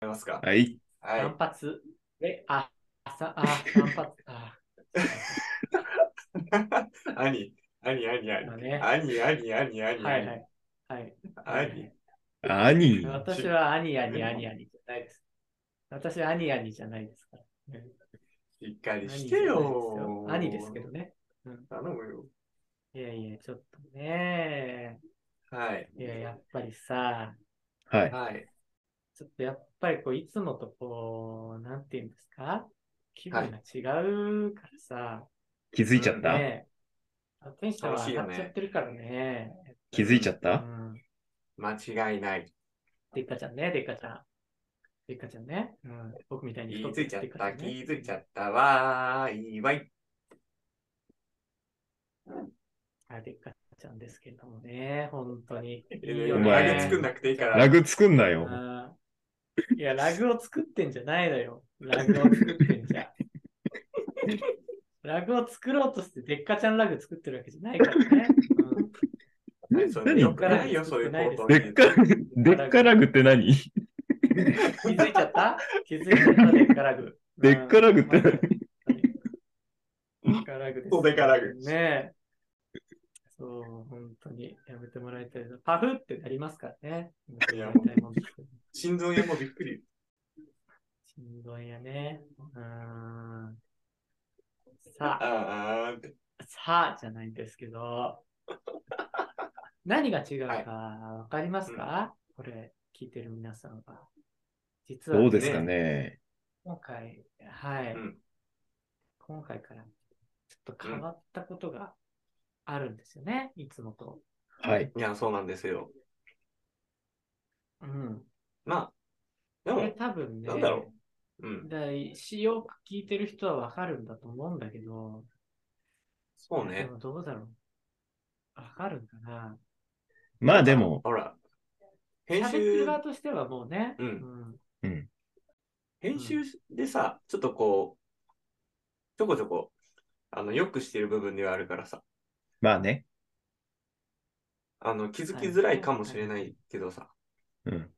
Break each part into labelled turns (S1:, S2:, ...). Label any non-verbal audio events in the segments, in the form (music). S1: ますか。
S2: はい。
S1: はい。
S3: 単発。え、あ、朝、あ、単発。あ、
S1: (laughs) 兄、兄、兄、兄。
S3: 今ね。
S1: (laughs) 兄、兄、兄、兄、
S3: はいはい。はい。
S1: 兄。
S2: 兄。
S3: 私は兄やに兄やにじゃないです。私は兄やにじゃないですから。
S1: しっかり
S3: 兄
S1: し
S3: じゃ
S1: て
S3: ないです
S1: よ。
S3: 兄ですけど。ね。
S1: 頼むよ。
S3: いやいや、ちょっとね。
S1: はい。
S3: いや、やっぱりさ、
S2: はい。
S1: はい。
S3: ちょっとやっぱりこういつもとこう、なんて言うんですか気分が違うからさ、
S2: 気づいちゃった、
S3: ねえテンションが上がっちゃってるからね。
S2: 気づいちゃっ
S3: う
S2: た
S3: ん。
S1: 間違いない。
S3: でっかちゃんね、でっかちゃん。でっかちゃんね。うん。僕みたい
S1: 気
S3: に
S1: づいちゃった、気づいちゃ
S3: っ
S1: った。わーい、わい。
S3: た。はいでっかちゃんですけどもね、本当に。いいよ
S2: う
S3: ね
S2: まい
S1: ラグ作んなくていいから。
S2: ラグ作んな
S3: う
S2: よ。
S3: んいや、ラグを作ってんじゃないのよ。ラグを作ってん
S1: (laughs)
S3: じゃ。ラグを作ろうとして、でっかちゃんラグ作ってるわけじゃないからね。うん
S1: はいそれ
S2: 何
S1: よくないよ、そういうこと。
S2: でっか、でっかラグって何
S3: 気づいちゃった気づいちゃったでっからぐ。
S2: (laughs) でっからぐって
S3: うんでっからぐです。
S1: そうでっからぐ
S3: ねえ。そう、本当にやめてもらいたいな。パフってなりますからね。
S1: いや
S3: やめてもらいたいもんですけど
S1: 心臓やもうびっくり。
S3: しんどいやね。うーん。さあ、
S1: あーあーって。
S3: さあじゃないんですけど。何が違うかわかりますか、これ、聞いてる皆さんは。実は、
S2: どうですかね。
S3: 今回、はい、
S1: うん
S3: 今回からちょっと変わったことがあるんですよね、いつもと。
S2: はい。
S1: いや、そうなんですよ。
S3: うん。
S1: まあ、で
S3: これ
S1: も、
S3: 多分ね、
S1: なんだろうん、
S3: だいしよく聞いてる人はわかるんだと思うんだけど、
S1: そう
S3: で
S1: ね。
S3: もどうだろう。わかるんかな。
S2: まあでも、
S1: ほら、編
S3: 喋ってる
S1: 集、
S3: 側としてはもうね、
S1: うん
S3: ん
S2: うん。
S1: 編集でさ、ちょっとこう、ちょこちょこ、あの、よくしてる部分ではあるからさ、
S2: まあね。
S1: あの、気づきづらいかもしれないけどさ、
S2: うん。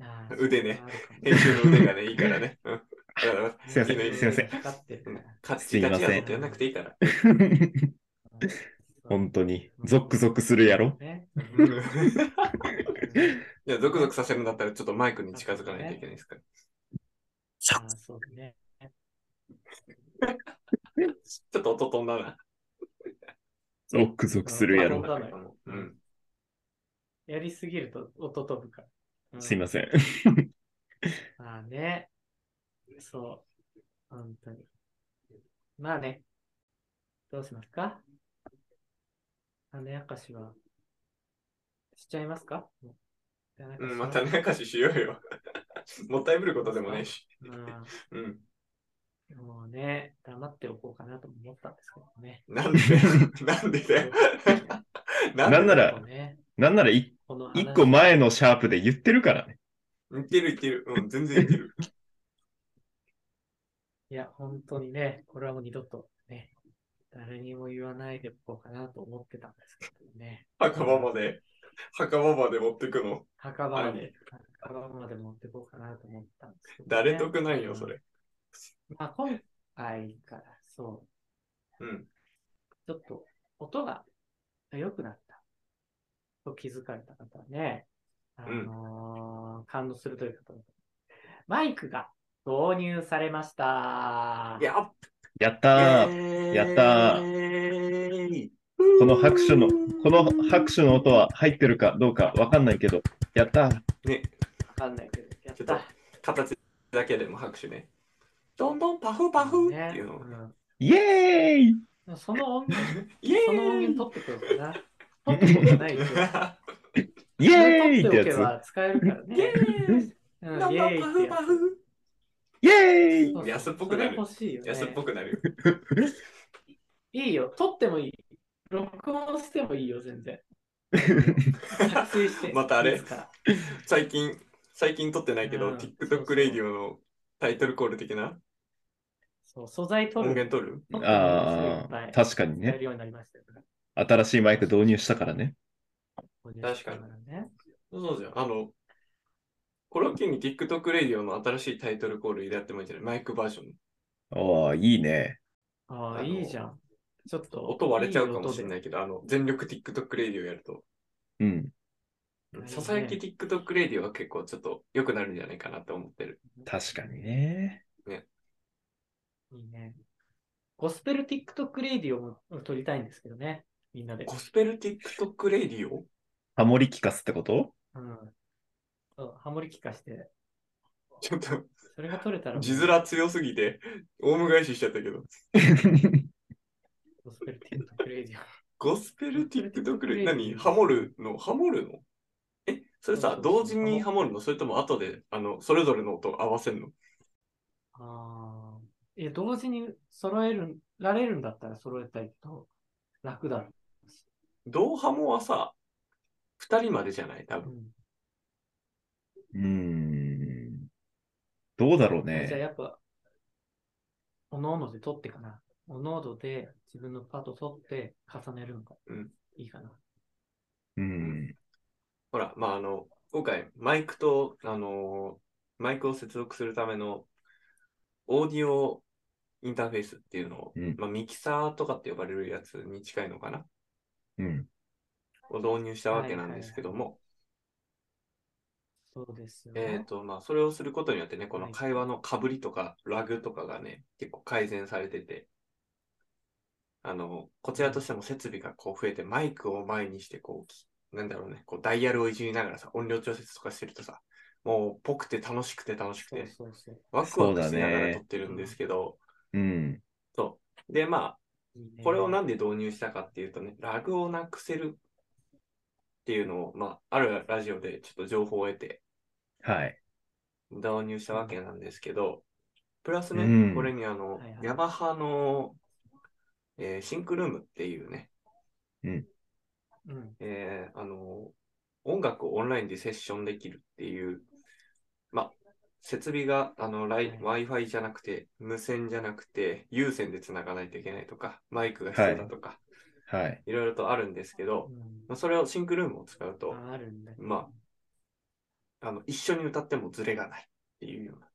S3: ああ
S1: 腕ね。
S3: そ
S1: 編
S3: れは
S1: 集の腕がね、いいから (laughs) ね。うんだから
S2: すいません
S1: いいのいいの
S2: すいません
S3: かかってるから
S1: カチカチやってやんなくていい (laughs) から。
S2: 本当に。ゾクゾクするやろ
S3: ね。
S1: いや、ゾクゾクさせるんだったら、ちょっとマイクに近づかないといけないですから。
S3: ああそうだね。
S1: ちょっと音飛んだな。
S2: ゾクゾクするやろ。
S3: 飛んだのよ
S1: うん。
S3: やりすぎると音飛ぶから。うん
S2: すいません。
S3: まあね。そう。本当に。まあね。どうしますか種明かしはしちゃいますかもう種明か
S1: う
S3: し
S1: ん、
S3: は
S1: また。ね、歌詞しよう (laughs) よ。もったいぶることでもねえし。
S3: ま
S1: (laughs) うん。
S3: あ、もうね、黙っておこうかなとも思ったんですけどね。
S1: なんでなんで (laughs) だよ。 (laughs) な
S2: なんなら
S3: こうね
S2: なんならい
S3: この話
S2: 一個前のシャープで言ってるからね。
S1: いってるいってる。うん、全然いってる。
S3: いや、本当にね、これはもう二度とね、誰にも言わないでおこうかなと思ってたんですけどね。
S1: 墓場まで、墓場まで持ってくの。
S3: 墓場まで
S1: は、
S3: 墓場まで持ってこうかなと思ったんですけど、
S1: 誰得ないよ、それ。
S3: うん。まあ、今回から、そ
S1: うん。
S3: う、ちょっと音が良くなったと気づかれた方はね、あのー感動するという方だとマイクが導入されました。
S1: やっ
S2: やったた
S1: ー
S2: ー。やったこの拍手の、この拍手の音は入ってるかどうかわかんないけど、やったー。
S1: ね、
S3: わかんないけど、やっ。
S1: ちょったと形だけでも拍手ね。どんどんパフパフって
S3: ね
S1: いうのを。
S2: イエーイ
S3: うんその音源、
S1: イエ
S3: その音
S1: ーイ
S3: 源取って
S2: (laughs)
S3: くるかな。取ってくるないと。
S2: イエーイっ
S3: 取
S2: て
S3: ってお
S2: や
S3: け
S2: つ。
S3: ば使えるからね。
S1: イエーイ
S3: う
S1: ど
S3: ん
S1: ん
S3: イ
S1: ど
S3: エ
S1: んパ
S3: ーイって
S1: フ
S3: や
S1: パ
S3: つ
S1: フ
S2: イエーイ
S3: そうそう
S1: 安っぽくなる
S3: それ欲しいよね
S1: 安っぽくなるよ。
S3: いいよ、撮ってもいい。録音してもいいよ、
S1: (laughs)
S3: 全然。作成して。
S1: またあれ
S3: いいですから
S1: 最近、最近撮ってないけど、
S3: うん
S1: TikTok Radio のタイトルコール的な
S3: そう素材撮
S1: 音
S3: る。
S1: 源撮る
S3: 撮ってもいい
S2: あ
S3: ですよい
S2: あ
S3: っ、ぱい
S2: 確かに
S3: やる
S2: ね。
S3: ようになりましたから。
S2: 新しいマイク導入したからね。
S3: 購入したらね。
S1: そうじゃん。あの、これを機に TikTok レディオの新しいタイトルコール入れやってもいいんじゃないマイクバージョン。
S2: ああ、いいね。
S3: あ
S1: あ
S3: あ、
S1: の
S3: いいじゃん。ちょっと。
S1: 音割れちゃうかもしれ
S3: いい音で。
S1: ないけど、あの、全力 TikTok レディオやると、
S2: うん。
S3: いいね
S1: ささやき TikTok レディオは結構ちょっと良くなるんじゃないかなって思ってる。
S2: 確かにね。
S3: いいね。ゴスペル TikTok レディオも撮りたいんですけどね。みんなで。
S1: ゴスペル TikTok レディオ (laughs)
S2: ハモリ聞かすってこと
S3: うん。そうハモリ聞かして。
S1: ちょっと、
S3: それが撮れたら、
S1: 字面強すぎて、オウム返ししちゃったけど。
S3: ゴスペル TikTok レディオ。
S1: ゴスペル TikTok レディオ、何
S3: TikTok
S1: ハモるのハモるのえ、それさ、
S3: そうそ
S1: 同
S3: う
S1: 時にハモるのそれとも後で、あの、それぞれの音を合わせるの
S3: ああ。いや、同時に揃える、られるんだったら揃えたいけど、楽だろ
S1: 同ハモはさ、二人までじゃない多
S3: う。う
S1: 分。
S3: ん。
S2: うーん。どうだろう
S3: じゃあ
S2: ね。
S3: やっぱ、おのおので撮ってかな。おのおので自分のパート撮って重ねるのが
S1: うん
S3: いいかな。
S2: うん。
S1: ほら、まあ、あの、今回、マイクと、あのーマイクを接続するための、オーディオインターフェースっていうのを、
S2: うん
S1: まあ、ミキサーとかって呼ばれるやつに近いのかな
S2: うん。
S1: を導入したわけなんですけども、
S3: そうですよね。
S1: えっ、と、まあ、それをすることによってね、この
S3: はい
S1: 会話のかぶりとか、ラグとかがね、結構改善されてて、あの、こちらとしても設備がこう増えて、マイクを前にして、こうき、なんだろうね、こう、ダイヤルをいじりながらさ、音量調節とかしてるとさ、もう、ぽくて楽しくて楽しく
S3: そう
S1: て、
S3: そうそう。
S1: ワクワクしなが
S2: そうだ
S1: ら
S2: ね
S1: 撮ってるんですけど、
S2: うん。
S1: そう。で、ま
S3: いいね
S1: あ、これをなんで導入したかっていうとね、ラグをなくせるっていうのを、まあ、あるラジオでちょっと情報を得て、
S2: はい。
S1: 導入したわけなんですけど、プラスね、
S2: うん
S1: これにあの、
S3: はいはい
S1: ヤマハの、えーシンクルームっていうね、
S3: うん。
S1: えーあの、音楽をオンラインでセッションできるっていう、まあ、設備があの、ライ
S3: は
S1: Wi-Fi じゃなくて、無線じゃなくて、有線でつながないといけないとか、マイクが必要だとか、
S2: はい。
S1: い、ろいろとあるんですけど、まあ、それをシンクルームを使う
S3: う
S1: と、
S3: ん、あるんだけど。
S1: まあの、一緒に歌ってもズレがないっていうような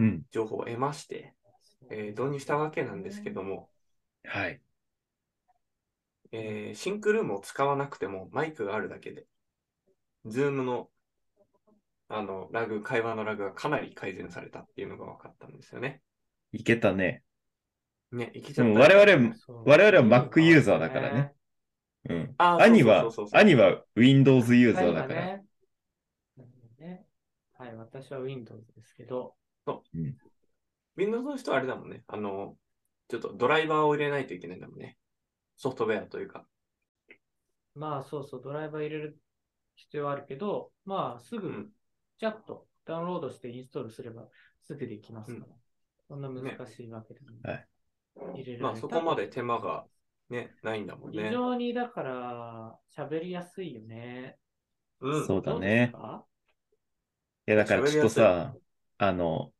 S2: うん。
S1: 情報を得まして、えー導入したわけなんですけども、
S2: はい。
S1: えーシンクルームを使わなくてもマイクがあるだけで、ズームのあのラグ、会話のラグがかなり改善されたっていうのが分かったんですよね。
S2: いけたね。
S1: ね、いけち
S2: で
S1: ゃっ
S2: も
S1: た。
S2: 我々も、
S3: そう
S2: 我々は Mac ユーザーだからね。うん。
S1: あー
S2: 兄は
S1: そうそうそう、そう
S2: 兄は Windows ユ
S3: ユ
S2: ーザーだから。。
S3: そうだねはい、私は Windows ですけど、
S1: Windows の人はあれだもんね。あの、ちょっとドライバーを入れないといけないんだもんね。ソフトウェアというか。
S3: まあそうそう、ドライバー入れる必要はあるけど、まあす
S1: う
S3: ぐ
S1: ん、
S3: チャットダウンロードしてインストールすればすぐできますから、そんな難しいわけでもない入れられた
S1: まあそこまで手間がね、ないんだもん
S3: 非
S1: ね。
S3: 常にだから喋りやすいよね。
S1: うん。
S2: そうだね
S3: どうですか
S2: いや、だからちょっとさ、あの、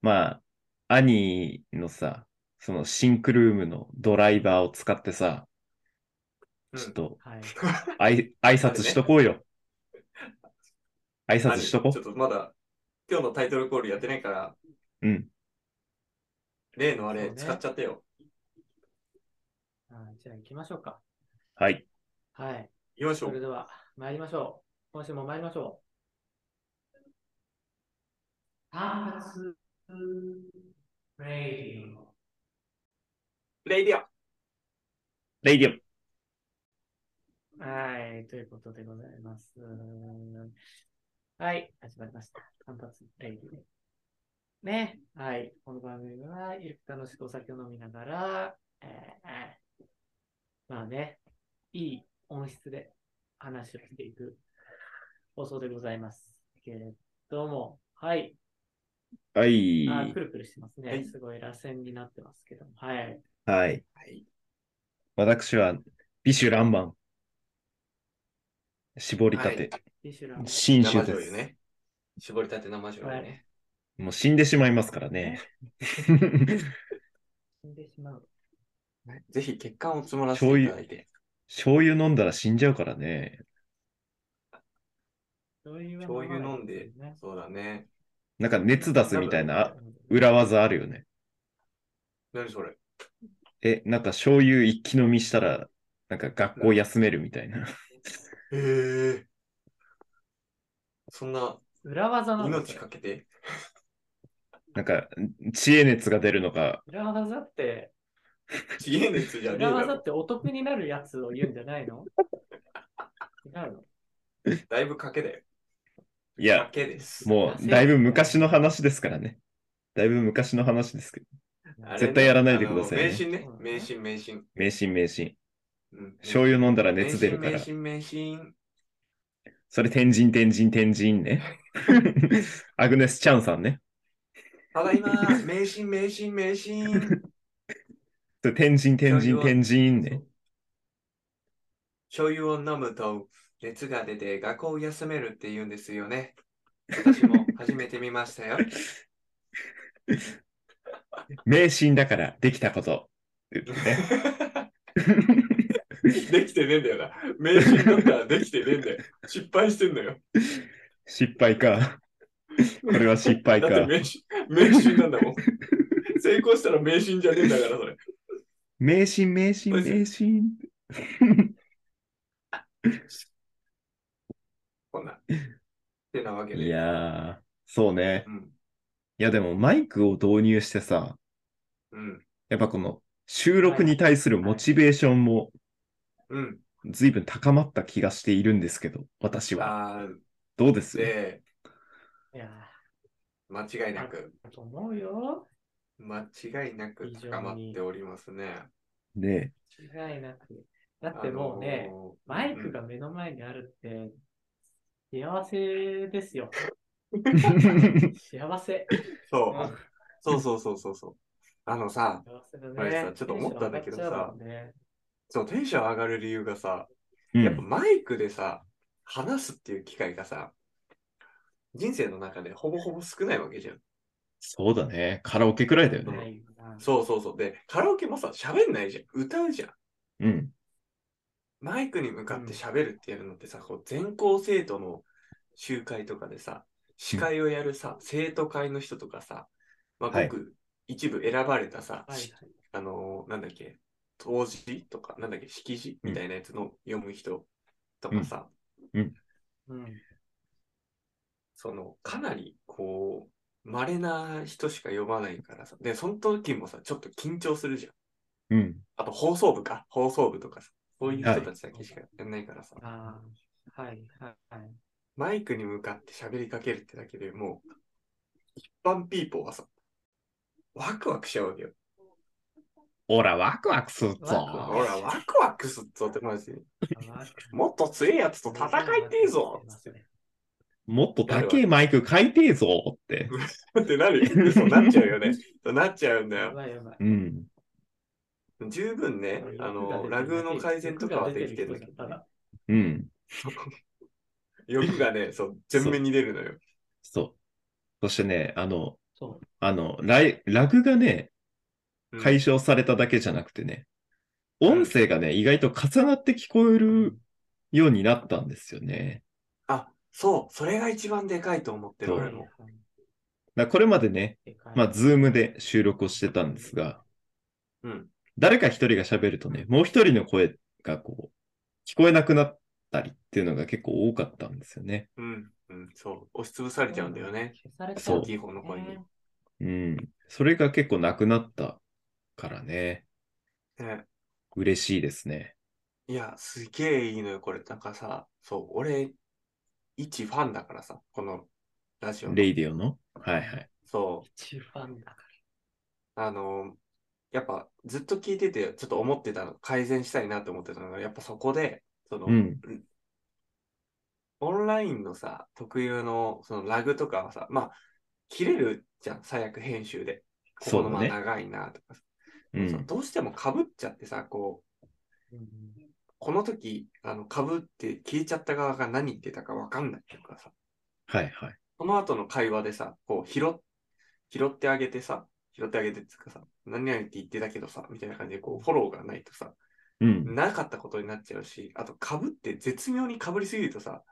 S2: まあ、兄のさ、そのシンクルームのドライバーを使ってさ、
S1: うん
S2: ちょっと、
S3: はい。
S2: あい、挨拶しとこうよ。挨拶しとこ
S1: 兄ちょっとまだ今日のタイトルコールやってないから、
S2: う。うん。
S1: 例のあれ
S3: そうね
S1: 使っちゃってよ。
S3: はいじゃあ行きましょうか。
S2: はい。
S3: はい。
S1: 行きましょ
S3: それ
S1: う。
S3: では参りましょう。今週も参りましょう。単発レイディオ。
S1: レイディア。
S2: レイディ
S3: はい、ということでございます。はい、始まりました。単発レイディオ。ね、はい、この番組は、ゆるく楽しくお酒を飲みながら、えーまあね、いい音質で話をしていく放送でございます。けれども、はい、
S2: オ。はい。
S3: あー、くるくるしてます
S1: は
S3: ね。
S1: い
S3: すごい螺旋になってますけども、はい。
S2: はい。
S1: はい。
S2: 私は、ビシュランマン。絞りたて。
S3: いい知らん
S2: 新
S1: 生
S2: 種
S1: 醤
S2: で
S1: 油
S2: す。
S1: ね。絞りたて生醤油ね。
S2: もう死んでしまいますからね。
S3: 死んでしまう。
S1: ぜひ血管を積もらせていただいて。
S2: 醤油飲んだら死んじゃうからね。
S3: 醤油は
S1: 醤油
S3: ま
S1: 飲
S3: ない
S1: んで
S3: よね、
S1: そうだね。
S2: なんか熱出すみたいなあ
S3: うん
S2: 裏技あるよね。
S1: 何それ
S2: え、なんか醤油一気飲みしたら、なんか学校休めるみたいな。
S1: えー、そんな
S3: 裏技なんだ
S1: 命
S3: そ
S1: かけ
S3: れ
S1: て、
S2: なんか、知恵熱が出るのか、
S3: 裏技って、
S1: 知恵熱じゃねえだ
S3: 裏技
S1: ろ
S3: ってお得になるやつを言うんじゃないの違うの
S1: だいぶ賭けだよ。
S2: いや
S1: 賭けです。
S2: もうだいぶ昔の話ですからね。だいぶ昔の話ですけど。
S1: あれね
S2: 絶対やらないでくださいね
S1: あの迷信ね
S3: う。ん
S1: 迷信、迷信。
S2: 迷信迷信。
S1: うん
S2: 醤油飲んだら熱出るから
S1: 迷。信、迷信、迷信。
S2: それ天神天神天神ね。アグネス・チャンさんね。
S1: ただいま、迷信、迷信、迷信。
S2: それ天神天
S1: 醤
S2: 神
S1: 油
S2: 天神ね。
S1: 醤油を飲むと熱が出て学校を休めるって言うんですよね。私も初めて見ましたよ。
S2: 迷信だからできたこと。って言ってね
S1: (laughs) できてねえんだよな。迷信だったらできてねえんだよ。失敗してんのよ。
S2: 失敗か。これは失敗
S1: だって
S2: か。
S1: 迷信迷信なんだもん。成功したら迷信じゃねえんだから、それ。
S2: 迷信迷信迷信。
S1: こんな。ってなわけで。
S2: いやー、そうね
S1: う。ん。
S2: いやでもマイクを導入してさ、
S1: うん。
S2: やっぱこの収録に対するモチベーションも
S1: うん。
S2: 随分高まった気がしているんですけど、私は。
S1: あー
S2: どうです
S1: で、
S3: いや
S1: 間違いなく、
S3: ー、だと思うよ。
S1: 間違いなく高まっておりますね。
S2: ね
S3: 違いなく。だってもうね、
S1: あのー
S3: マイクが目の前にあるって、幸せですよ。
S2: え
S3: 幸せ。
S1: そう
S3: うん
S1: そうそうそうそうそう。あのさ、
S3: 幸せだ
S1: あれ
S3: ね
S1: さ。ちょっと思ったんだけどさ
S3: テンション上がっちゃうもんね
S1: そう、テンション上がる理由がさ、
S2: うん
S1: やっぱマイクでさ、話すっていう機会がさ、人生の中でほぼほぼ少ないわけじゃん。
S2: そうだね。カラオケくらいだよ
S3: な
S2: ね。
S3: いよな
S1: そうそうそう。で、カラオケもさ、喋んないじゃん。歌うじゃん。
S2: うん。
S1: マイクに向かって喋るってやるのってさ、こう全校生徒の集会とかでさ、司会をやるさ、生徒会の人とかさ、まあ、
S2: はい
S1: ごく一部選ばれたさ、
S3: はい
S1: しあのーなんだっけ、当時とか、なんだっけ、式辞みたいなやつの読む人とかさ、
S3: うん
S1: その、かなりこう、稀な人しか読まないからさ、で、その時もさ、ちょっと緊張するじゃん。
S2: うん。
S1: あと放送部か、放送部とかさ、そういう人たちだけしかやんないからさ、
S3: あーはいはいはい。
S1: マイクに向かって喋りかけるってだけでもう、一般ピーポーはさ、ワクワクしちゃうわけよ。
S2: オラ、ワクワクする
S3: ワ
S1: ほ
S3: ク
S2: ぞ。
S3: ワ
S1: ら、ワクワクすっぞってマジで。もっと強いやつと戦いてえぞっ
S2: もっと高いマイク買いてえぞって。
S1: てなるよ。そうなっちゃうよね。そうなっちゃうんだ
S3: や
S1: よ。
S3: ばいやばい。
S2: うん。
S1: 十分ね、あの、ラグの改善とかはできてるんだけど、ね、
S2: うん。
S1: 欲がね、そう、全面に出るのよ。
S2: そう。そしてね、あの、
S3: そう。
S2: あの、ライラグがね、
S1: うん
S2: 解消されただけじゃなくてね、
S1: うん
S2: 音声がね、意外と重なって聞こえるようになったんですよね。
S1: あ、そう、それが一番でかいと思ってる、
S2: そう
S1: 俺も。
S2: だからこれまでね、まあ、ズームで収録をしてたんですが、
S1: うん。
S2: 誰か一人が喋るとね、もう一人の声がこう、聞こえなくなったりっていうのが結構多かったんですよね。
S1: うん。うん。そう、押しつぶされちゃうんだよね。。
S3: 消されちゃ
S2: そう
S1: 大
S2: う
S1: きい方の声に。
S2: うん。それが結構なくなったからね、
S1: ね
S2: 嬉しいですね。
S1: いや、すげえいいのよ、これ。なんかさ、そう、俺、一ファンだからさ、このラジオの。
S2: レイディオの。はいはい。
S1: そ
S3: 一番だか
S1: う、あのーやっぱずっと聞いてて、ちょっと思ってたの、改善したいなと思ってたのが、やっぱそこで、その、
S2: うん。
S1: オンラインのさ、特有の、そのラグとかはさ、まあ、切れるじゃん、最悪編集で。ここ
S2: そう
S1: の
S2: だ
S1: まあ
S2: ね
S1: 長いなとかさ、
S2: う
S1: さ
S2: ん。
S1: どうしてもかぶっちゃってさ、こう、
S3: ら。
S1: この時、あの、被って聞いちゃった側が何言ってたかわかんないとかさ、
S2: はいはい。
S1: その後の会話でさ、こう、拾っ、拾ってあげてさ、拾ってあげてっていうかさ、何々って言ってたけどさ、みたいな感じで、こう、フォローがないとさ、
S2: うん。
S1: なかったことになっちゃうし、あと、被って絶妙に被りすぎるとさ、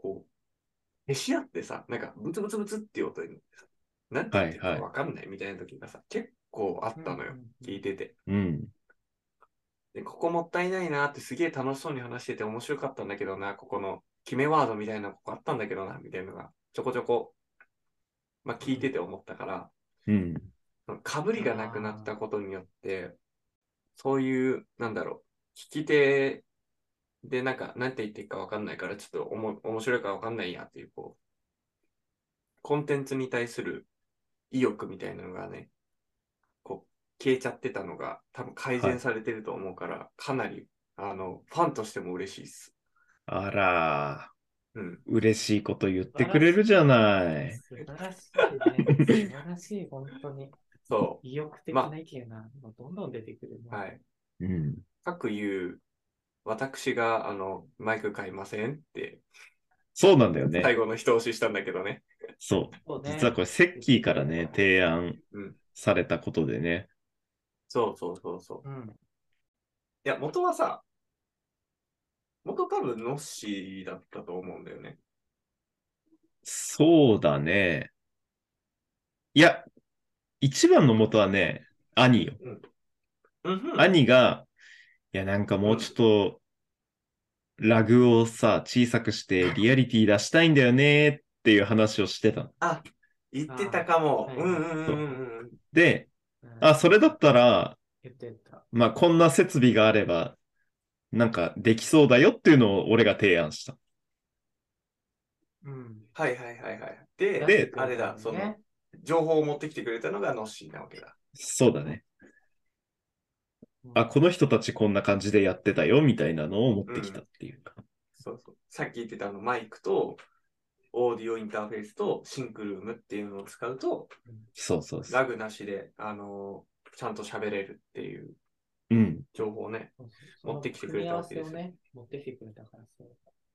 S1: こう、へし合ってさ、なんかブツブツブツっていう音になってさ、なんて言ってるかわかんないみたいな時がさ、結構あったのよ
S3: うんうんう。ん
S1: 聞いてて。
S2: うん。
S1: で、ここもったいないなってすげえ楽しそうに話してて面白かったんだけどな、ここの決めワードみたいなここあったんだけどな、みたいなのがちょこちょこ、まあ聞いてて思ったから、
S2: うん。
S1: かぶりがなくなったことによって、そういう、なんだろう、聞き手でなんか、なんて言っていいかわかんないから、ちょっとおも面白いかわかんないやっていう、こう、コンテンツに対する意欲みたいなのがね、こう、消えちゃってたのが、多分改善されてると思うから、かなり、あの、ファンとしても嬉しいです。
S2: あら
S1: うん。
S2: ー、嬉しいこと言ってくれるじゃない。
S3: 素晴らしいね。素晴らしい、本当に。
S1: そ
S3: 意欲的な意見がもうどんどん出てくるね。
S1: う。はい。
S2: うん。
S1: 各言う、私が、あの、マイク買いませんって、
S2: そうなんだよね。
S1: 最後の一押ししたんだけどね。
S2: そう。
S3: そうね
S2: 実はこれ、セッキーからね、提案
S1: うん
S2: されたことでね。
S1: そうそうそうそう。
S3: うん。
S1: いや、元はさ、元多分ノッシーだったと思うんだよね。
S2: そうだね。いや、一番の元はね、兄よ。
S1: うんふん
S2: 兄が、いや、なんかもうちょっと、ラグをさ、小さくして、リアリティ出したいんだよねっていう話をしてたの。
S1: 言ってたかも。
S3: あー
S1: うんうんうんうんうん。
S2: で、
S3: うん
S2: あ、それだったら、
S3: 言ってた。
S2: まあ、こんな設備があれば、なんかできそうだよっていうのを俺が提案した。
S3: うん。
S1: はいはいはいはい。で、
S2: で
S1: あれだ、その、情報を持ってきてくれたのがノッシーなわけだ。
S2: そうだね。
S3: うん
S2: あ、この人たちこんな感じでやってたよみたいなのを持ってきたっていうか。
S1: そうそう。さっき言ってたあのマイクと、オーディオインターフェースとシンクルームっていうのを使うと、
S2: そうそうそう。
S1: ラグなしで、あのーちゃんと喋れるっていう
S2: うん。
S1: 情報ね。持ってきてくれたわけですよ
S3: その組み合わせをね、持ってきてくれたから、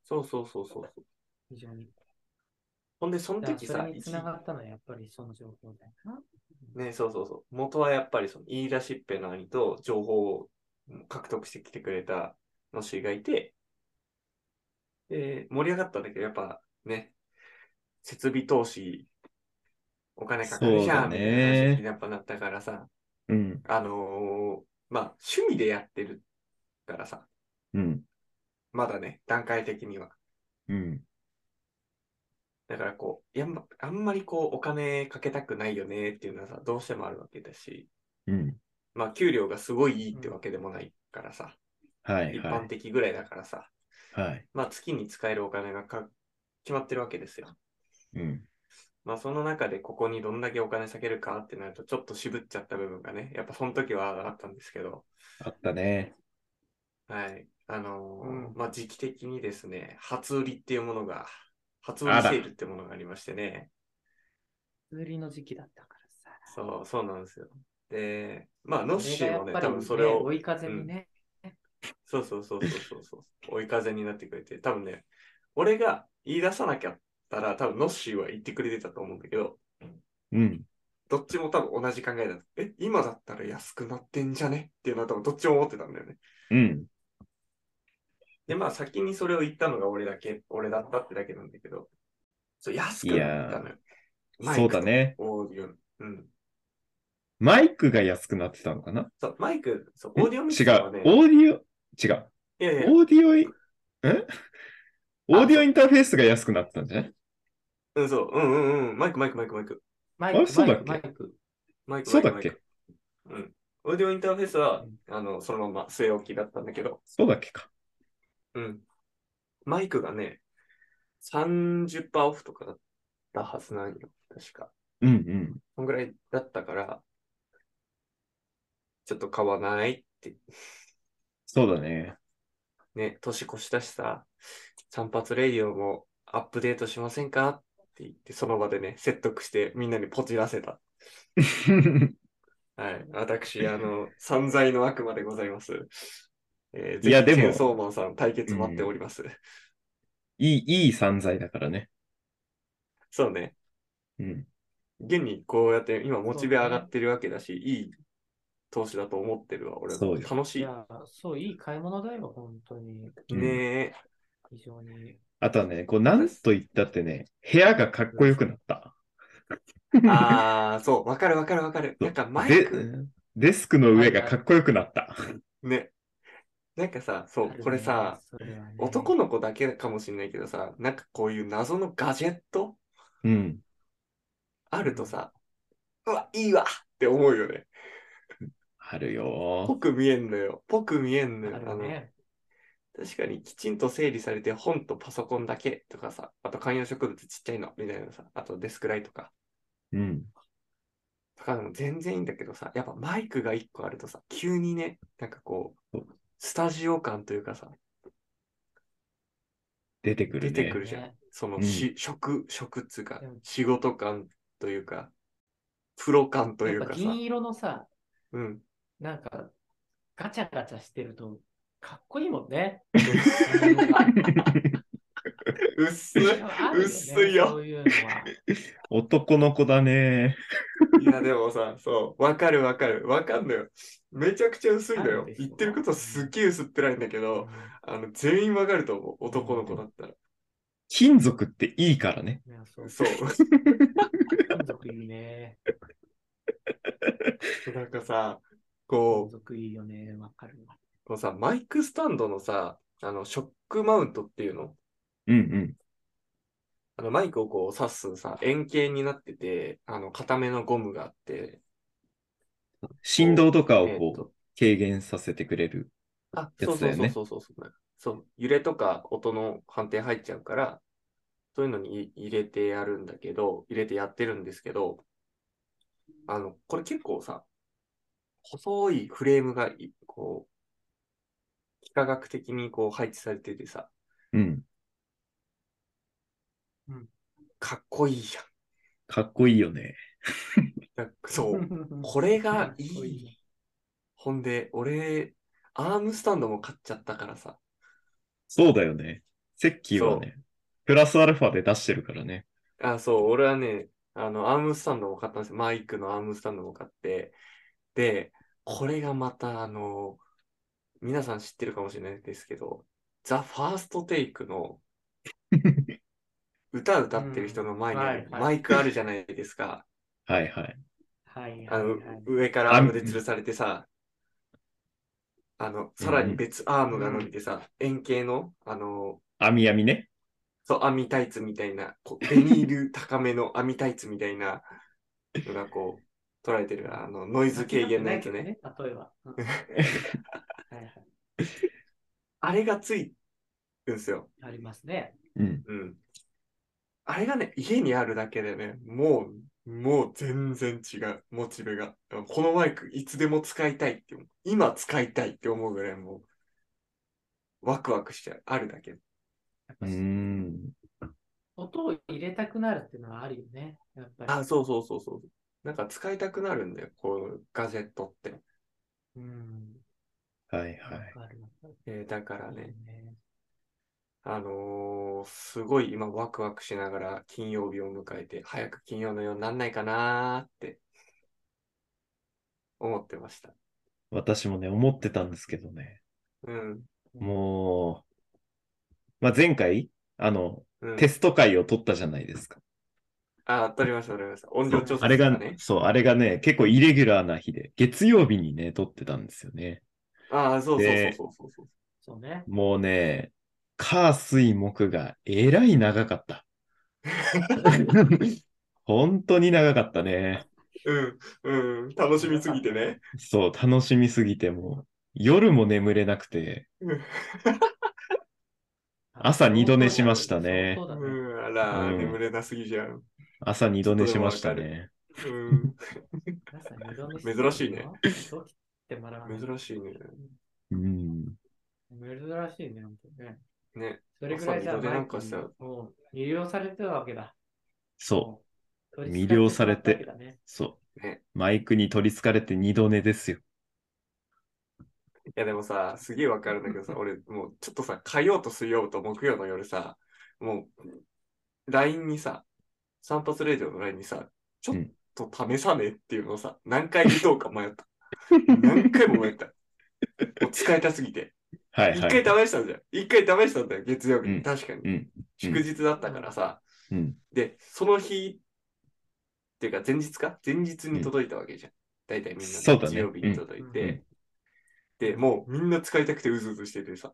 S3: そう。
S1: そうそうそうそうそう。
S3: 非常に。
S1: ほんで、その
S3: だから
S1: 時
S3: そ
S1: さ
S3: れ、につながったのはやっぱりその情報だよな。
S1: ね、そうそうそう。元はやっぱりその言い出しっぺの兄と情報を獲得してきてくれたのしがいて、で、盛り上がったんだけど、やっぱね、設備投資、お金かかるじゃん、
S2: そう
S1: み
S2: だね
S1: たいな話にやっぱなったからさ、
S2: うん。
S1: あのーまあ、趣味でやってるからさ、
S2: うん。
S1: まだね、段階的には。
S2: うん。
S1: だからこう、やんまあんまりこう、お金かけたくないよねっていうのはさ、どうしてもあるわけだし、
S2: うん。
S1: まあ、給料がすごいいいってわけでもないからさ、
S2: はい
S1: 一
S2: は
S1: 般的ぐらいだからさ、
S2: い。はい。
S1: まあ月に使えるお金がか決まってるわけですよ。
S2: うん。
S1: まあその中でここにどんだけお金割けるかってなるとちょっと渋っちゃった部分がね、やっぱその時はあったんですけど、
S2: あったね。
S1: はい。あのー
S3: うん
S1: まあ時期的にですね、初売りっていうものが、初売
S2: あ
S1: りセ
S2: ら
S1: ールってものがありましてね、
S3: 売りの時期だったからさ。
S1: そう、そうなんですよ。で、まあノッシ
S3: それ
S1: ー
S3: が
S1: もね、
S3: やっぱ
S1: 多
S3: り
S1: 分それを、
S3: 追い風にね。
S1: そうそうそうそうそうそう、追い風になってくれて、多分ね、俺が言い出さなきゃったら、多分ノッシーは言ってくれてたと思うんだけど、
S2: うん。
S1: どっちも多分同じ考えだ。え、今だったら安くなってんじゃねっていうのは多分どっちも思ってたんだよね。
S2: うん。
S1: で、まあ先にそれを言ったのが俺だけ、俺だったってだけなんだけど、そう、安くなったのよ。マイク
S2: そうだね。
S1: とオーディオ。うん。
S2: マイクが安くなってたのかな
S1: そう、マイク、そう、オーディオミ
S2: 違
S1: キ
S2: う
S1: サーはね。。
S2: オーディオ、違う。
S1: いやいや、
S2: オーディオイ、え (laughs) オーディオインターフェースが安くなってたんじゃない
S1: うん、そう、うんうんうん。マイク、マイク、マイク、マイク。
S3: マ
S2: あ
S3: イ
S2: れ
S3: ク、
S2: そうだっけ
S3: マイク、マイク。
S1: マイク、
S2: そうだ
S1: マ
S2: っ
S1: イク
S2: け
S1: マイクうん。オーディオインターフェースは、あの、そのまま据え置きだったんだけど、
S2: そうだっけか。
S1: うん。マイクがね、30%オフとかだったはずなんよ。確か。
S2: うん
S1: そんぐらいだったから、ちょっと買わないって、
S2: そうだね。 (laughs)
S1: ね、年越しだしさ、散髪レイディオもアップデートしませんかって言って、その場でね、説得してみんなにポチらせた。はい。私、あの、散財の悪魔でございます。えー、
S2: いや
S1: ぜひ
S2: で
S1: チェ
S2: も
S1: ンソーマンさん対決待っております。
S2: いい、いい散財だからね。
S1: そうね。
S2: うん。
S1: 現にこうやって今モチベ上がってるわけだし、いい投資だと思ってるわ、俺
S2: そ
S1: も。
S2: うよ
S1: 楽
S3: い
S1: しい。
S3: や、そう、いい買い物だよ、本当に。
S2: うん
S1: ねえ。
S3: 非常に。
S2: あとはね、こう、なんと言ったってね、部屋がかっこよくなった。
S1: ああ、そう、わかるわかるわかる。
S2: そう
S1: なんかマイ
S2: で
S1: ク、
S2: デスクの上がかっこよくなった。
S1: ね。なんかさ、そう、これさ、、男
S3: 男
S1: の子だけかもしれないけどさ、なんかこういう謎のガジェット
S2: うん。
S1: あるとさ、うわ、いいわって思うよね。
S2: あ
S1: ぽ
S2: るよ
S1: く見えんのよ。ぽく見えんのよ。
S3: あるね。
S1: の確かにきちんと整理されて本とパソコンだけとかさ、あと観葉植物ちっちゃいのみたいなさ、あとデスクライトか。
S2: ー。うん。
S1: とかでも全然いいんだけどさ、やっぱマイクが一個あるとさ、急にね、なんかこう、スタジオ感というかさ、
S2: 出てくるね。
S1: 出てくるじゃん
S3: ね
S1: その
S2: うん
S1: し、職、職っつうか
S3: でも、
S1: 仕事感というか、プロ感とい
S3: や
S1: う
S3: っ
S1: か
S3: ぱ
S1: さ、
S3: 銀色のさ、 (laughs)
S1: うん。
S3: なんか、ガチャガチャしてると、かっこいいもんね。
S1: (laughs)
S2: (laughs)
S1: 薄い。薄いよ
S3: そういうのは。
S2: 男の子だね。
S1: いや、でもさ、そう、わかるわかる。わかんのよ。めちゃくちゃ薄いの
S3: あ
S1: よ
S3: るで。しょ
S1: 言ってることすっげえ薄っぺらいんだけ (laughs) ど、あの、全員わかると思う。男の子だったら。
S2: 金属っていいからね。
S3: いやそう
S1: そう。
S3: 金属いいね。
S1: (laughs) なんかさ、
S3: 金
S1: こう、
S3: 属いいよね。わかるわ。
S1: こうさ、マイクスタンドのさ、あの、ショックマウントっていうの
S2: うん
S1: あの、マイクをこう刺すさ、円形になってて、あの、固めのゴムがあって、
S2: うん。振動とかを
S1: えーっと
S2: こう、軽減させてくれる。
S1: あ、
S2: や
S1: そう
S2: つ
S1: そ
S2: だ
S1: う
S2: よ
S1: そう
S2: ね
S1: そうそうそう。そう、揺れとか音の判定入っちゃうから、そういうのにい入れてやるんだけど、入れてやってるんですけど、あの、これ結構さ、細いフレームがい、こう、幾何学的にこう配置されててさ、
S2: うん。
S1: かっこいいじゃん
S2: かっこいいよね。
S1: なんか。
S2: (laughs)
S1: そう、
S3: (laughs)
S1: これがいい。ほんで、俺、アームスタンドも買っちゃったからさ、
S2: そうだよね。セッキーはね、プラスアルファで出してるから (laughs) ね。
S1: あ、そう、俺はね、あの、アームスタンドも買ったんですよ。マイクのアームスタンドも買って。で、これがまた、あの、皆さん知ってるかもしれないですけど、ザ・ファーストテイクの歌歌ってる人の前にある
S3: うんはいはい
S1: マイクあるじゃないですか。
S2: はいはい。
S3: (laughs) はい
S1: あ
S3: はい
S1: の
S3: はい、。
S1: 上からアームで吊るされてさ、あの、さらに別アームが伸びてさ、円形の、あの、
S2: 網網ね。
S1: そう、網タイツみたいな、こうビニール高めの網タイツみたいなのがこう、取られてる、あの、ノイズ軽減のやつね。。
S3: 例えば。うんはいはい
S1: あれがついてるんですよ。
S3: ありますね。
S2: うん。
S1: うん。あれがね、家にあるだけでね、もう、もう全然違う、モチベが。このマイク、いつでも使いたいって思う。今使いたいって思うぐらいもう、ワクワクしちゃう。あるだけ。
S3: やっ
S2: う
S3: ぱ
S2: ーん。
S3: 音を入れたくなるっていうのはあるよね。やっぱり。
S1: あ、そうそうそうそう。なんか使いたくなるんだよ、こう、ガジェットって。
S3: うん。
S2: はい
S3: わ
S2: は
S3: かるわかる
S1: えーだから
S3: いい
S1: ね、
S3: ね。
S1: あのーすごい今ワクワクしながら金曜日を迎えて、早く金曜のようになんないかなーって思ってました。
S2: い。私もね、思ってたんですけどね。
S1: うん。
S2: もう、まあ、前回、あの、
S1: うん、
S2: テスト会を取ったじゃないですか。
S1: あ、取りました、取りました。音量調
S2: あ
S1: 査
S2: れ
S1: とか
S2: が
S1: ね、。
S2: そう、あれがね、結構イレギュラーな日で、月曜日にね、撮ってたんですよね。
S1: ああ、そうそう
S2: で
S1: そうそうそう
S3: そうね。
S2: もうね、火、水、木がえらい長かった。本当に長かったね。
S1: そう。うん、うん、楽しみすぎてね。
S2: そう、楽しみすぎてもう、夜も眠れなくて、朝二度寝しましたね
S3: そうだね。
S1: うん、あら、
S2: うん
S1: 眠れなすぎじゃん。
S2: 朝二度寝しましたね。
S1: うん、
S3: 朝二度寝して
S1: 珍しいね。
S3: そう切ってもらわない
S1: 珍しいね。
S2: うん。
S3: 珍しいね、本当にね。
S1: ね、
S3: それぐらいじゃ
S1: 朝二度寝
S3: マ
S1: な
S3: イ
S1: ん
S3: ク
S1: か
S3: に
S1: したら
S3: もう魅了されてたわけだ。
S2: そう、
S3: う
S2: 魅了されてそう。
S1: ね
S2: マイクに取り憑かれて二度寝ですよ。
S1: いやでもさ、すげえわかるんだけどさ、俺、もうちょっとさ、火曜と水曜と木曜の夜さ、もう、LINE にさ、散髪レディオの LINE にさ、ちょっと試さねっていうのをさ、何回言おうか迷った。何回も迷った。もう使いたすぎて。
S2: はい
S1: 一
S2: は
S1: 回
S2: い。
S1: 試したんだよ。一回試したんだよ、月曜日
S2: うん
S1: に。確かに
S2: う。ん。
S1: 祝日だったからさ。
S2: うん。
S1: で、その日、っていうか前日か前日に届いたわけじゃん。大体みん
S2: そうだ
S1: な
S2: ね
S1: 日曜日に届い
S3: うん
S2: う
S1: て。で、もうみんな使いたくてうずうずしててさ。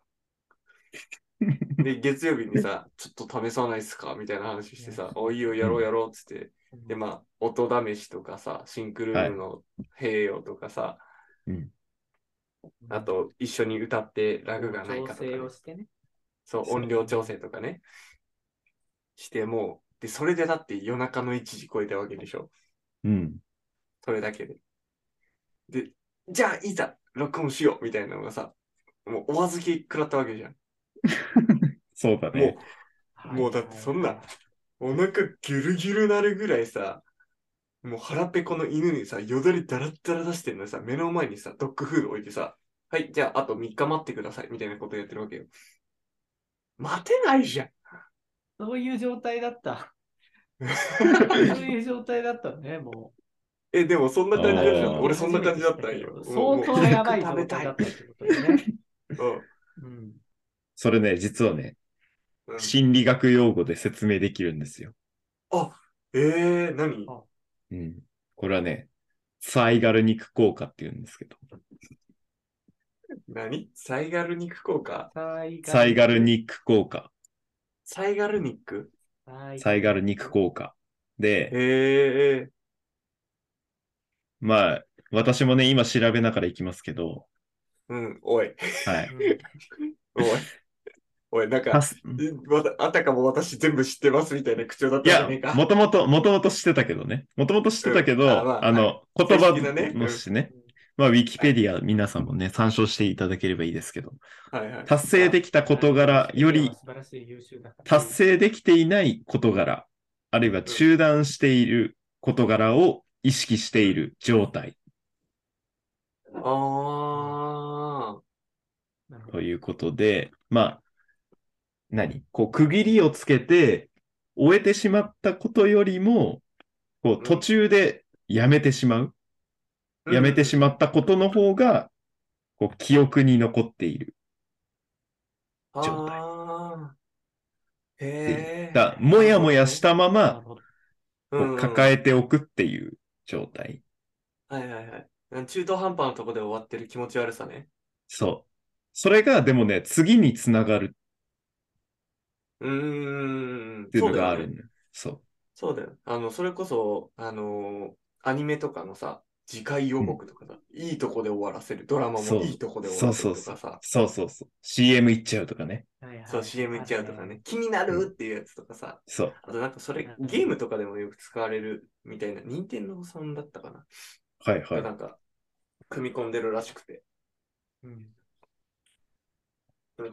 S1: で、月曜日に
S2: (laughs)
S1: さ、ちょっと試さないっすかみたいな話してさ、おいいよ、やろうやろうっつって。で、まあ、音試しとかさ、シンクルームの併用とかさ、
S2: うん。
S1: あと一緒に歌ってラグがないかとかね、
S3: 調整をしてね。
S1: そう、
S2: そう
S1: 音量調整とかね。してもう、で、それでだって夜中の1時超えたわけでしょ。
S2: うん。
S1: それだけで。で、じゃあいざ、録音しようみたいなのがさ、もうお預け食らったわけじゃん。
S2: そうだ
S1: も
S2: ね。
S3: はい
S1: もうだってそんなう、お腹ギュルギュルなるぐらいさ、もう腹ペコの犬にさ、よだれだらだら出してんのにさ、目の前にさ、ドッグフード置いてさ、はい、じゃああと3日待ってください、みたいなことやってるわけよ。待てないじゃん。
S3: (laughs) そういう状態
S1: (laughs)
S3: だった。そういう状態だったね、もう。
S1: え、でもそんな感じだっ
S2: あ
S1: た。
S2: ー
S1: 俺そんな感じだったんよ。もう
S3: 相当やばい
S1: もう早く食べ
S3: 状態だ
S1: た
S3: っ
S1: い
S3: たってことだね。
S1: うん
S3: うん。
S2: それね、実はね、
S1: うん
S2: 心理学用語で説明できるんですよ。
S1: えー、何
S3: あ
S2: うん。これはね、サイガル肉効果って言うんですけど、
S1: 何サイガルニック効果
S2: サ
S3: サ
S2: イガル。肉効果、
S1: サイガルニック
S2: サイガル肉効果。で、
S1: えー、
S2: まあ、私もね、今調べながら行きますけど、
S1: うん、おい、
S2: はい。
S1: おい、おい、なんか
S2: パ、ス
S1: えわたあたかも私全部知ってますみたいな口調だっ
S2: い
S1: たじゃ
S2: や
S1: ねえ、か。
S2: もともと、もともとしてたけどね。もともとしてたけど、
S1: うんあまあ
S2: あの、言葉
S1: 正式なね
S2: もしね、
S3: うん
S2: まあ、ウィキペディア皆さんもね、参照していただければいいですけど、
S1: はいはい、
S2: 達成できた事柄より
S3: 素、晴らしい優秀だから
S2: 達成できていない事柄、あるいは中断している事柄を意識している状態
S1: ああ
S3: なるほ
S2: と
S3: ど
S2: いうことで、まあ、何こう、区切りをつけて、終えてしまったことよりも、
S1: う
S2: こう、
S1: ん
S2: 途中でやめてしまう。
S1: ー。
S2: やめてし
S1: ま
S2: まったことの方が、こう、記憶に残っている。
S1: う
S2: 状態
S1: あー
S2: で
S1: へえ。
S2: だもやもやしたま
S3: なる
S2: ま、
S3: ほど
S2: こう抱えておくっていう状態。
S1: え、はいはいはいなんか中途半端なとこで終わってる気持ち悪さね。
S2: そう。それが、でもね、次につながる
S1: うーん。
S2: っていうのが
S1: そうだよ
S2: ある
S1: ね
S2: んだよ。そう。
S1: そうだよ。あの、それこそ、あのーアニメとかのさ、次回予告とかさ、いいとこで終わらせる。ドラマ
S2: そう
S1: もいいとこで終わらせるとかさ、
S2: そうそうそう。CM 行っちゃうとかね。
S3: はいはい
S1: そう、CM 行っちゃうとかね、気になるっていうやつとかさ、
S2: そう。
S1: あとなんかそれ、
S3: うん
S1: ゲームとかでもよく使われるみたいな、任天堂さんだったかな。
S2: はいはい
S1: な。んか、組み込んでるらしくて、
S3: うん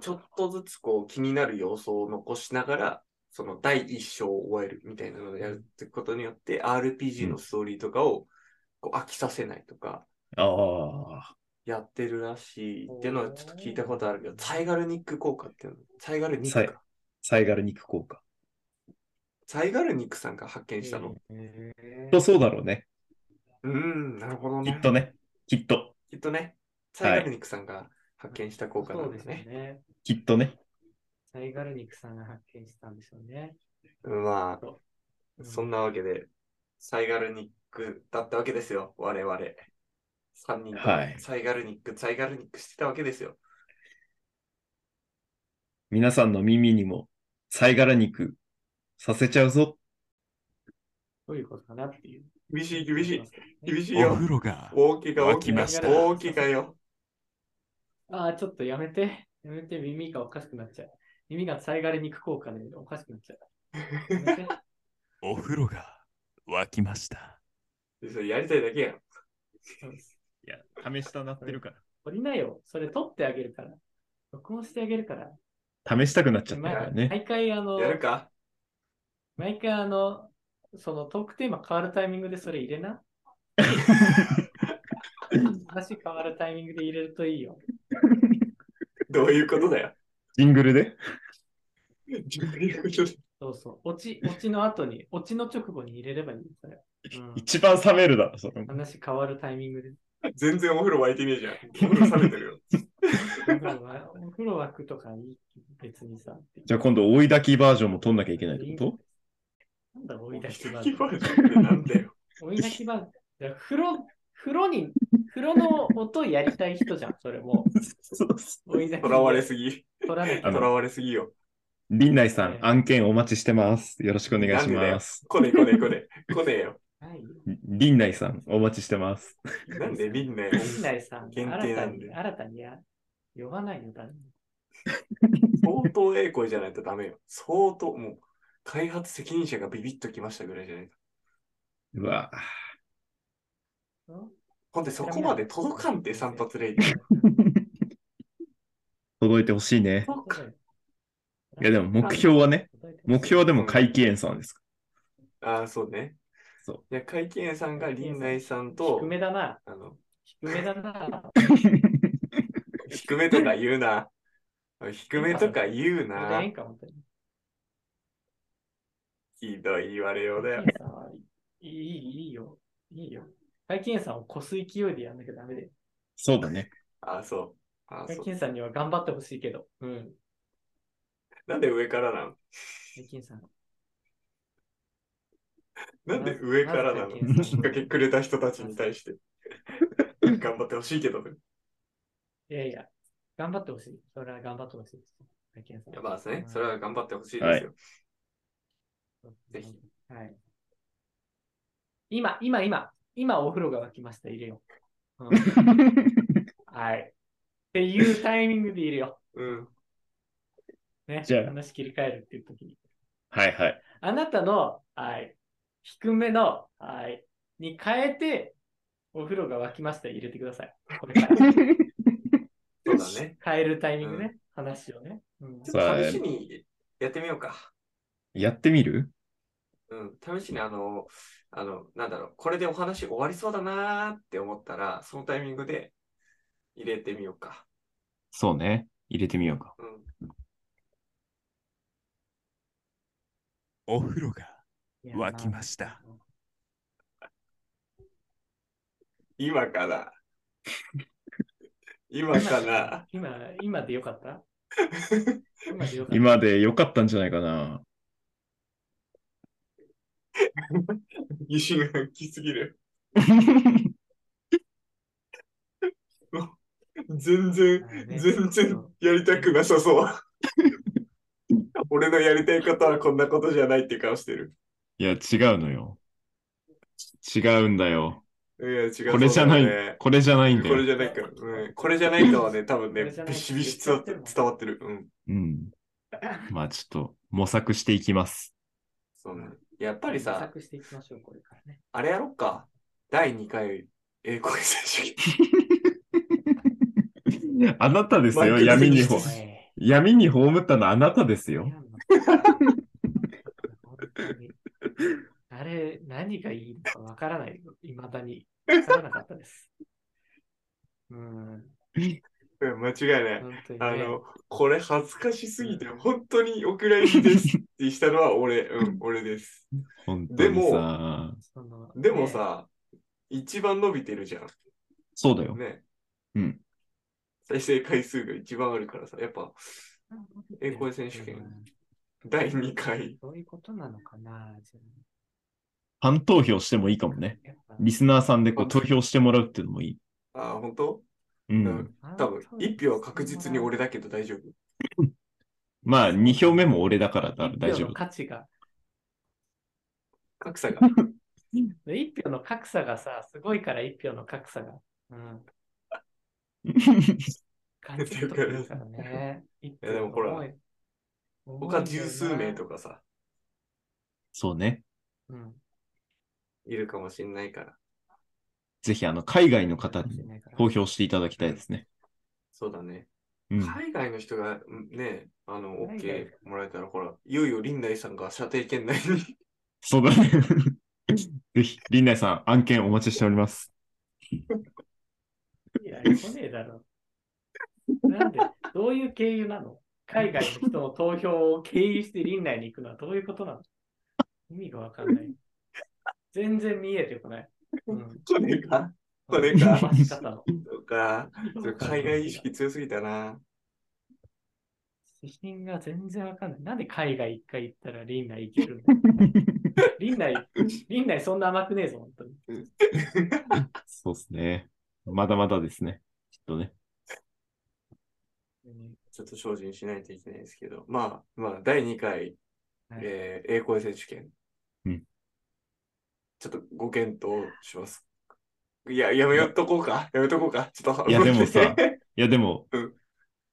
S1: ちょっとずつこう気になる要素を残しながら、その第一章を終えるみたいなのをやるってことによって、RPG のストーリーとかをこう飽きさせないとか、
S2: ああ。
S1: やってるらしいっていうのはちょっと聞いたことあるけど
S3: お、ー
S1: サイガルニック効果っていうの。サイガルニッ
S2: サイ
S1: クか。
S2: サイガル肉効果。
S1: サイガルニックさんが発見したの。
S3: へー
S2: と、そうだろうね。
S1: うーん、なるほど
S2: き
S1: ね。
S2: っとね。きっと。
S1: きっとね。サイガルニックさんが発見した効果な
S3: そうんで
S1: だ
S3: す
S1: ね。
S3: ね。
S2: きっとね。
S3: サイガルニクさんが発見したんでしょうね。
S1: ま
S3: そ
S1: あ、そんなわけで、サイガルニックだったわけですよ。我々。3人とも
S2: はい
S1: サイガルニック、サイガルニックしてたわけですよ。
S2: 皆さんの耳にも、サイガラ肉させちゃうぞ。
S3: どういうことかなっていう。
S1: 厳しい、厳しい。厳しい
S4: お
S1: よ。
S4: 風呂が
S1: 大きが大き
S2: 沸き
S1: が
S2: ました
S1: 大きがよ。
S3: ああ、ちょっとやめて。やめて、耳がおかしくなっちゃう。耳がサイガルニク効果でおかしくなっちゃう。やめて (laughs)
S4: お風呂が沸きました
S1: それやりたいだけやん。
S2: いや、試したなって
S3: る
S2: か
S3: 降りなよ。それ取ってあげるから。録音してあげるから。
S2: ら。試したくなっちゃったから
S3: 毎
S2: ね。
S3: 毎回、あの、
S1: やるか
S3: 毎回、あの、そのトークテーマ変わるタイミングでそれ入れな。話変わるタイミングで入れるといいよ。
S1: どういうことだよ。 (laughs)
S2: ジングルで。
S1: どういうことだよ
S3: そうそう。落ち、落ちの後に、落ちの直後に入れればいいよ、それ。うん
S2: (laughs) 一番冷めるだろ、それも。
S3: 話変わるタイミングで。
S1: 全然お風呂沸いてねえじゃん。お風呂冷めてるよ。
S3: お風呂は、お風呂枠とかいい別にさ。
S2: じゃあ今度追い焚きバージョンも取んなきゃいけないってこ
S3: なんだ、追い出しバ
S1: バ
S3: ージョン。
S1: ージョンってなんだよ。
S3: 追い出しバージョン。風呂、風呂に、風呂の音やりたい人じゃん、それも
S2: とそうそう
S3: う。追い出し。
S1: とらわれすぎ。
S3: 取らなき
S1: と
S3: ゃ
S2: あの
S1: らわれすぎよ。
S2: 林内さ
S3: ね
S2: ん、案件お待ちしてます。よろしくお願いします。
S1: こねこねこね。こねよ。
S3: ないよ。
S2: 林内さん、お待ちしてます。
S1: なんでみんなよ。
S3: 陣内さん、
S1: 限
S3: 新
S1: 定な
S3: た
S1: んで
S3: に、新たにや呼ばないよ、誰も
S1: 相当ええ声じゃないとダメよ。相当、もう、開発責任者がビビッときましたぐらいじゃないと。
S2: うわぁ
S1: ほんで、そこまで届かんって散髪レイディ。
S2: 届いてほしいね。
S1: そうか。
S2: いやでも目標はね、目標はで
S1: う
S2: も
S1: ん
S2: 会計園さん (laughs) ですか
S1: ああ、そうね。。
S2: そう
S1: いや、会見さんが林内さんと
S3: 低、めだな、
S1: あの、
S3: 低めだな。
S1: 低めとか言うな。 (laughs) 低めとか言う
S3: な。
S1: なん
S3: か、本当に。
S1: ひどい言われよう
S3: (laughs)
S1: だよ。
S3: 会計さんはいい、いいよ。いいよ。会計さんを越す勢いでやんなきゃダメで。
S2: そうだ (laughs) ね。
S1: ああ、そう。ああ、
S3: 会
S1: そう。
S3: 計さんには頑張ってほしいけど。うん。
S1: なんで上からなの
S3: 会計さん。
S1: なんで上からなの
S3: まず会計さ
S1: き
S3: ん
S1: っかけくれた人たちに対して。
S3: (laughs)
S1: 頑張ってほしいけどね。
S3: いやいや、頑張ってほしい。それは頑張ってほしいです。会計さん。
S1: いや、まあですね、それは頑張ってほしいですよ。
S2: はい
S1: ぜひ。
S3: はい。今、今、今、今お風呂が沸きました。入れよう。
S1: (laughs)
S3: うんはい。っていうタイミングで入れよ
S1: うん。
S3: う。ね。
S2: じゃあ
S3: 話切り替えるっていう時に。
S2: はいはい。
S3: あなたの、はい。低めの、はい。に変えて、お風呂が沸きました。入れてください。これ
S1: (laughs)
S3: から。
S1: そうだね。
S3: 変えるタイミングね。話をね。うん
S1: ちょっと試しにやってみようか。
S2: やってみる
S1: うん、試しにあの、あの、なんだろう、これでお話終わりそうだなーって思ったら、そのタイミングで入れてみようか。
S2: そうね。入れてみようか。
S1: うん。
S4: お風呂が
S3: いやまあ
S4: 沸きました。
S1: 今かな今かな (laughs)
S3: 今、今でよかった今でよかった。
S2: 今で良かったんじゃないかな。
S1: 疑心暗鬼すぎ
S4: (laughs)
S1: る。全然、全然やりたくなさそう。俺のやりたいことはこんなことじゃないって顔してる。
S2: いや、違うのよ。違うんだよ。
S1: いや、違うそうだね。
S2: これじゃない、これじゃないんだ
S1: これ
S2: よ。
S1: じゃないから、うん、これじゃないとはね、多分ね
S3: これじゃ、な
S1: ビ
S3: い
S1: シビシ伝わって伝わってる。うん。
S2: うん。まあちょっと模索していき (laughs) ます。
S1: そうね。やっぱり
S3: 模
S1: さ、
S3: 索していきましょう、これからね。
S1: あれやろっか。第2回英国選手権。
S2: あなたです
S1: マイ
S2: よ、
S1: ク
S2: 闇に
S1: そ
S2: ほ
S1: う、
S3: え
S2: 闇に葬ったのあなたです
S3: え
S2: よ。
S3: 本当にあれ、何がいいのかわからない。いまだに。わからなかったです。うん、
S1: うん間違いない。
S3: 本当に、ね。
S1: あの、これ恥ずかしすぎて、本当にお蔵入りですってしたのは俺、うん、俺です。
S2: 本当にさ。
S3: その
S1: でも、
S3: ね
S1: さ、一番伸びてるじゃん。
S2: そうだよ。
S1: ね。
S2: うん。
S1: 再生回数が一番あるからさ、やっぱ栄光選手権
S3: うん
S1: 第2回。
S3: どういうことなのかなじゃ
S2: ファン投票してもいいかも
S3: あ
S2: ね。
S3: やっぱ
S2: リスナーさんでこう投票してもらうっていうのもいい。
S1: あー、本当
S2: う。
S1: うんん。多分、1票は確実に俺だけど大丈夫。
S2: まあ2票目も俺だからだ大丈
S3: 一票の
S2: 夫。
S3: 価値が、
S1: 格 (laughs) 差が。
S3: 一票の格差がさ、すごいから一票の格差が。うん。感じるところから
S1: (laughs)
S3: ね。い
S1: やでもほら他十数名と
S3: か。
S1: かさ、
S2: (laughs) そうね。
S3: うん。
S1: いるかもしんないから。
S2: ぜひあの海外の方に投
S3: 投
S2: 票していただきたいですね。
S1: そうだね。
S2: うん。
S1: 海外の人がうんね、あの、
S3: 海
S1: OK
S3: 外
S1: もらえたら、ほら、いよいよ林内さんが射程圏内に (laughs)
S2: そうだね。 (laughs) ぜひ、林内さん、案件お待ちしてお
S1: (laughs)
S2: ります。
S3: いや、来ねえだろ。なんで、どういう経由なの海外の人の投票を経由して林内に行くのはどういうことなの
S1: (laughs)
S3: 意味がわかんない。全然見えてこない。うん、
S1: 来ねえか。これか
S3: 伸ばし方の
S1: そうか。ちょっと (laughs) 海外意識強すぎたな。
S3: (laughs) 指針が全然わかんない。なんで海外一回行ったら林内行けるの林内、林内そんな甘くねえぞ、本当に。
S2: そうですね。まだまだですね。きっとね。
S1: ちょっと精進しないといけないですけど。まあ、まあ、第2回、
S3: はい
S1: えー、栄光選手権。
S2: うん
S1: ちょっとご検討します。いや、やめよっとこうか。やめとこうか。ちょっと。
S2: いやでも
S1: (laughs)
S2: さいや、でも、
S1: うん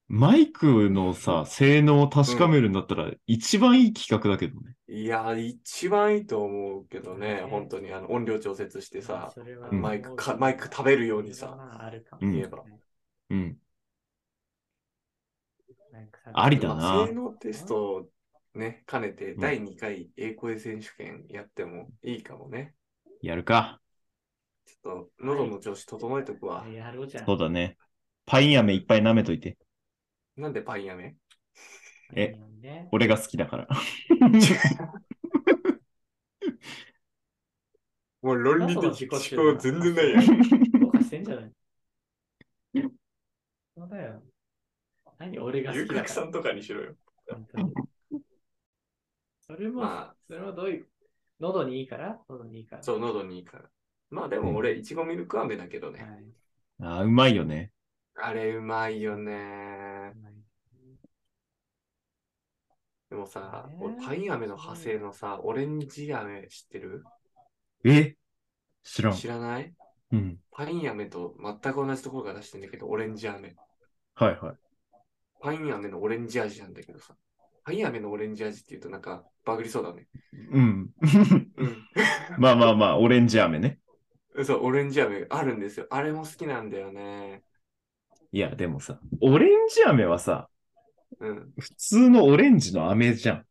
S2: マイクのさ、性能を確かめるんだったら、一番いい企画だけどね。
S1: いや、一番いいと思うけどね、
S3: ね
S1: 本当にあの音量調節して
S3: ま
S1: さ、
S3: あそれは
S2: うん
S1: マイクかマイク食べるようにさ
S3: それはまああるかも
S2: うん
S1: 言えば
S2: うん。
S3: なんかさ
S2: ありだな
S1: まあ性能テストをね、兼ねて、第2回栄光選手権やってもいいかもね。
S2: やるか。
S1: ちょっと、喉の調子整えとくわ。
S3: やろうじゃん
S2: そうだね。パイン飴いっぱい舐めといて。
S1: なんでパンやめ
S2: え
S3: いいよね
S2: 俺が好きだから。
S1: (laughs) もう論理的思考全然ないやん。
S3: どうかしてんじゃないそうだよ。何俺が好
S1: 遊
S3: きだ
S1: 郭
S3: か
S1: さ
S3: ら
S1: んとかにしろよ。
S3: 本当に。それも、
S1: ま
S3: それもどういう、喉にいいから喉にいいか
S1: あ、
S3: ら。
S1: そう、喉にいいから。まあでも俺、いちごミルク飴だけどね。
S3: はい
S2: あーうまいよね。
S1: あれ、うまいよね。でもさ
S3: ね、
S1: 俺パイン飴の派生のさ、オレンジ飴知ってる
S2: え知らん。
S1: 知らない
S2: うん。
S1: パイン飴と全く同じところから出してんだけど、オレンジ飴。
S2: はいはい。
S1: パイン飴のオレンジ味なんだけどさ。パイン飴のオレンジ味って言うとなんかバグりそうだね。
S2: うん。
S1: う
S2: まあまあまあ、オレンジ飴ね。
S1: ん。そう、オレンジ飴あるんですよ。あれも好きなんだよね。
S2: いや、でもさ、オレンジ飴はさ、
S1: うん。
S2: 普通のオレンジの飴じゃんっ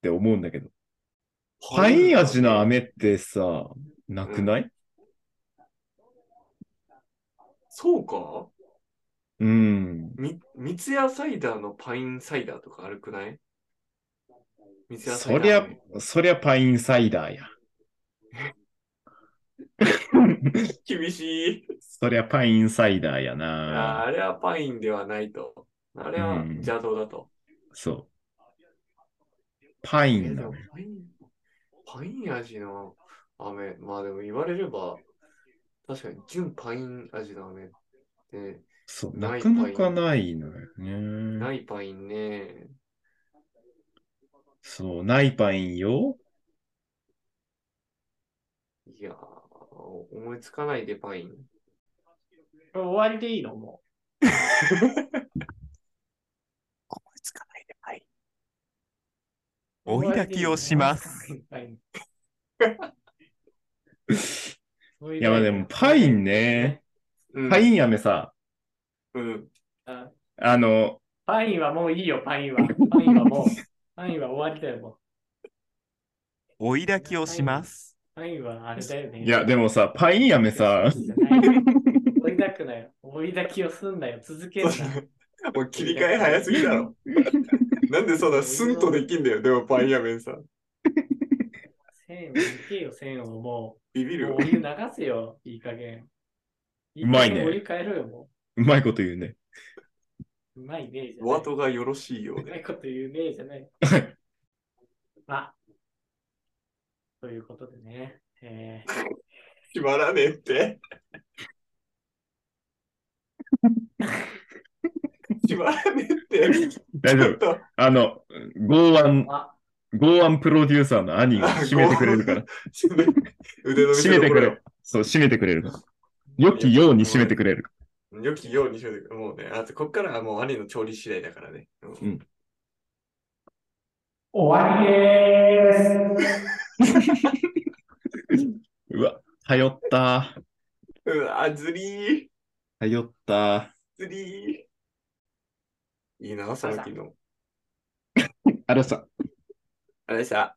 S2: て思うんだけど、パイン味の飴ってさ、なくない
S1: そうか
S2: うん。
S1: み、三ツ矢サイダーのパインサイダーとかあるくない三ツ矢サイ
S2: そ
S1: ダー
S2: りゃ
S1: 飴。、
S2: そりゃパインサイダーや。
S1: 厳しい。
S2: そりゃパインサイダーや
S1: あー
S2: な。
S1: あれはパインではないと。あれは
S2: うん
S1: 邪道だと。
S2: そう。パイ
S1: え
S2: ン
S1: で
S2: だ
S1: も
S2: ね。
S1: パインパイン味の飴、まあでも言われれば、確かに純パイン味の飴って、
S2: そう、
S1: な
S2: ないかなかないのよね。
S1: ないパインね。
S2: そう、ないパインよ。
S1: いやー、思いつかないでパイン。
S3: これ終わりでいいのも。
S4: 思いつかないで、はいうお開きをします。。
S2: (laughs)
S3: はい
S2: いや、まあでも、パインね。。
S1: うん、
S2: パイン飴さ、
S1: うん。
S3: あ
S2: あの、
S3: パインはもういいよ、パインは。パインはもう、パインは終わりだよ、もう。
S4: お開きをします。
S3: パインはあれだよね。
S2: いや、でもさ、パイン飴さ、
S3: じゃない追いだくなよ。追いだきをすんなよ。続けんな。
S1: (laughs) もう切り替え早すぎだろ。なんでそんなスンとできんだよ、でもパイン飴さ。
S3: 線を抜けよ、線をも
S1: ビビ
S3: う。も
S1: る
S3: うお湯流せよ、いい加減。
S2: うまいね
S3: 加減お湯変えろよ、も
S2: うまいこと言うね。
S3: う。うまいねえじゃ
S1: お
S3: ない。
S1: 後がよろしいよう
S3: うまい
S1: で。
S3: こと言うねえじゃ (laughs) ない。
S2: はい
S3: あ。ということでね。えー
S1: 決まらねえって。決まらねえって。ち
S2: 大丈
S1: ょっ (laughs)
S2: 夫。
S1: と。
S2: あの、剛腕、
S3: あ、
S2: 剛腕プロデューサーの兄が締めてくれるから。
S1: 腕の見せ
S2: 締めてく
S1: 所
S2: れ
S1: よ
S2: る。そう、締めてくれるから。良きように締めてくれる。
S1: 良きようにしようもうね、あとこっからはもう兄の調理次第だからね。うん
S3: 終わりでーす。
S2: うわ、頼った。
S1: うわ、ずりー、
S2: 頼った。
S1: ずりー。いいな、さっきの。
S2: あらさ。
S1: あれさ。